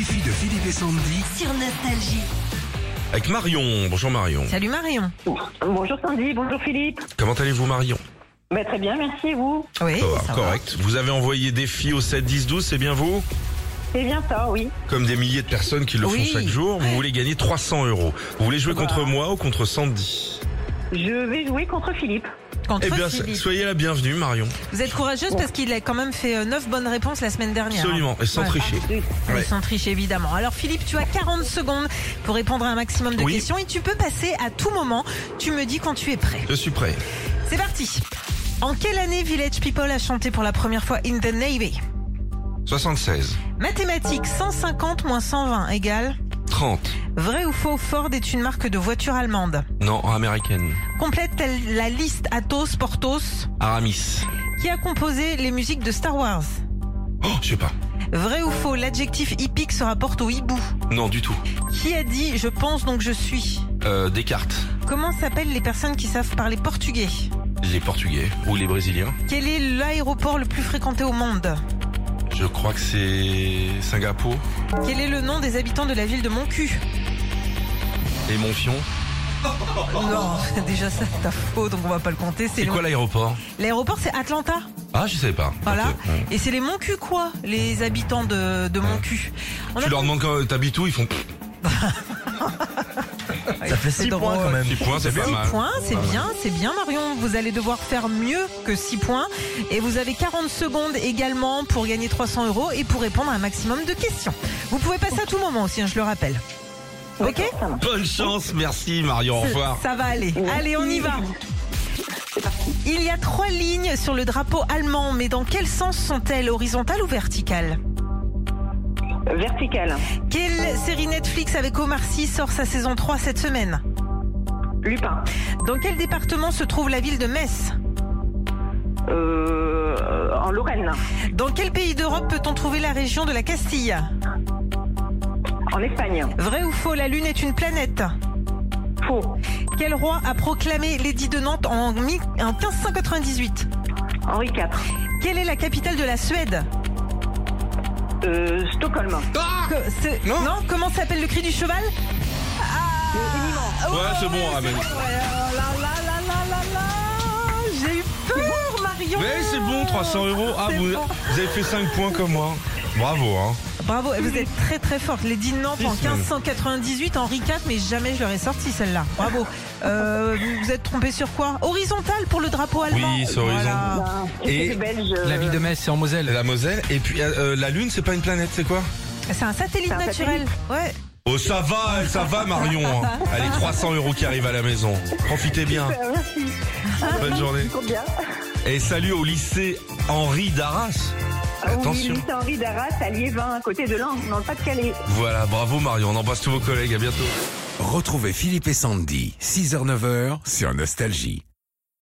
Philippe et Sandy. sur Nostalgie. Avec Marion. Bonjour Marion. Salut Marion. Bonjour Sandy, bonjour Philippe. Comment allez-vous Marion Bah, très bien, merci et vous. Oui, Ça va, ça va. correct. Vous avez envoyé des filles au 7 10 12, c'est bien vous C'est bien ça, oui. Comme des milliers de personnes qui le Oui. font chaque jour, vous voulez gagner 300 euros. Vous voulez jouer contre moi ou contre Sandy Je vais jouer contre Philippe. Contre Eh bien, Philippe. soyez la bienvenue Marion. Vous êtes courageuse parce qu'il a quand même fait 9 bonnes réponses la semaine dernière. Absolument, et sans Ouais. tricher. Zut. Ils Ouais. sont trichés, évidemment. Alors Philippe, tu as 40 secondes pour répondre à un maximum de Oui. questions et tu peux passer à tout moment. Tu me dis quand tu es prêt. Je suis prêt. C'est parti. En quelle année Village People a chanté pour la première fois In the Navy 76, Mathématiques 150 moins 120 égale 30, Vrai ou faux, Ford est une marque de voiture allemande. non, américaine. Complète la liste Athos, Portos, Aramis. qui a composé les musiques de Star Wars. Oh, je sais pas. Vrai ou faux, l'adjectif hippique se rapporte au hibou. Non, du tout. Qui a dit je pense donc je suis Euh, Descartes. Comment s'appellent les personnes qui savent parler portugais Les Portugais ou les Brésiliens. Quel est l'aéroport le plus fréquenté au monde Je crois que c'est Singapour Quel est le nom des habitants de la ville de Moncu et Montfion. Non, déjà ça c'est un faux, donc on va pas le compter. C'est C'est long. quoi l'aéroport L'aéroport c'est Atlanta, Ah, je sais pas. voilà. Ok, ouais. Et c'est les Moncu quoi, les habitants de, de Moncu. On Tu a- leur demandes quand t'habites où, ils font Ça fait C'est 6 points drôle. quand même. petit points, Ah, c'est pas 6 mal. points, c'est bien, c'est bien Marion. Vous allez devoir faire mieux que 6 points. Et vous avez 40 secondes également pour gagner 300 euros et pour répondre à un maximum de questions. Vous pouvez passer à tout moment aussi, hein, je le rappelle. Ok D'accord, ça marche. Bonne chance, merci Marion, au revoir. Ça va aller. Allez, on y va. Il y a trois lignes sur le drapeau allemand, mais dans quel sens sont-elles Horizontales ou verticales Vertical. Quelle série Netflix avec Omar Sy sort sa saison 3 cette semaine Lupin. Dans quel département se trouve la ville de Metz Euh, en Lorraine. Dans quel pays d'Europe peut-on trouver la région de la Castille En Espagne. Vrai ou faux, la Lune est une planète Faux. Quel roi a proclamé Lady de Nantes en, mi- en 1598 Henri IV. Quelle est la capitale de la Suède Euh, Stockholm. Que- c'est- Non. Comment s'appelle le cri du cheval ah, Ouais, c'est bon, ouais, Amel. ouais, oh là là là là là là. J'ai eu peur, Marion Mais c'est bon, 300 euros. Ah, C'est vous, bon. vous avez fait 5 points comme moi. Bravo, hein. Bravo, et vous êtes très très forte. Lady de Nantes Six en semaines. 1598, Henri IV, mais jamais je l'aurais sorti celle-là. Bravo. Euh, vous vous êtes trompé sur quoi Horizontal pour le drapeau allemand. Oui, c'est horizontal. Voilà. Et C'était belge. euh, La ville de Metz, c'est en Moselle. La Moselle, et puis euh, euh, la Lune, c'est pas une planète, c'est quoi C'est un satellite C'est un naturel. Ouais. Oh, ça va, elle, ça va, Marion. hein. Allez, 300 euros qui arrivent à la maison. Profitez bien. Euh, Merci. Bonne journée. Combien Et salut au lycée Henri d'Arras. Attention. Ah Oui, Henri d'Arras à Liévin, à côté de Lens, dans le Pas-de-Calais. Voilà, bravo Marion. On embrasse tous vos collègues. À bientôt. Retrouvez Philippe et Sandy, 6h-9h sur Nostalgie.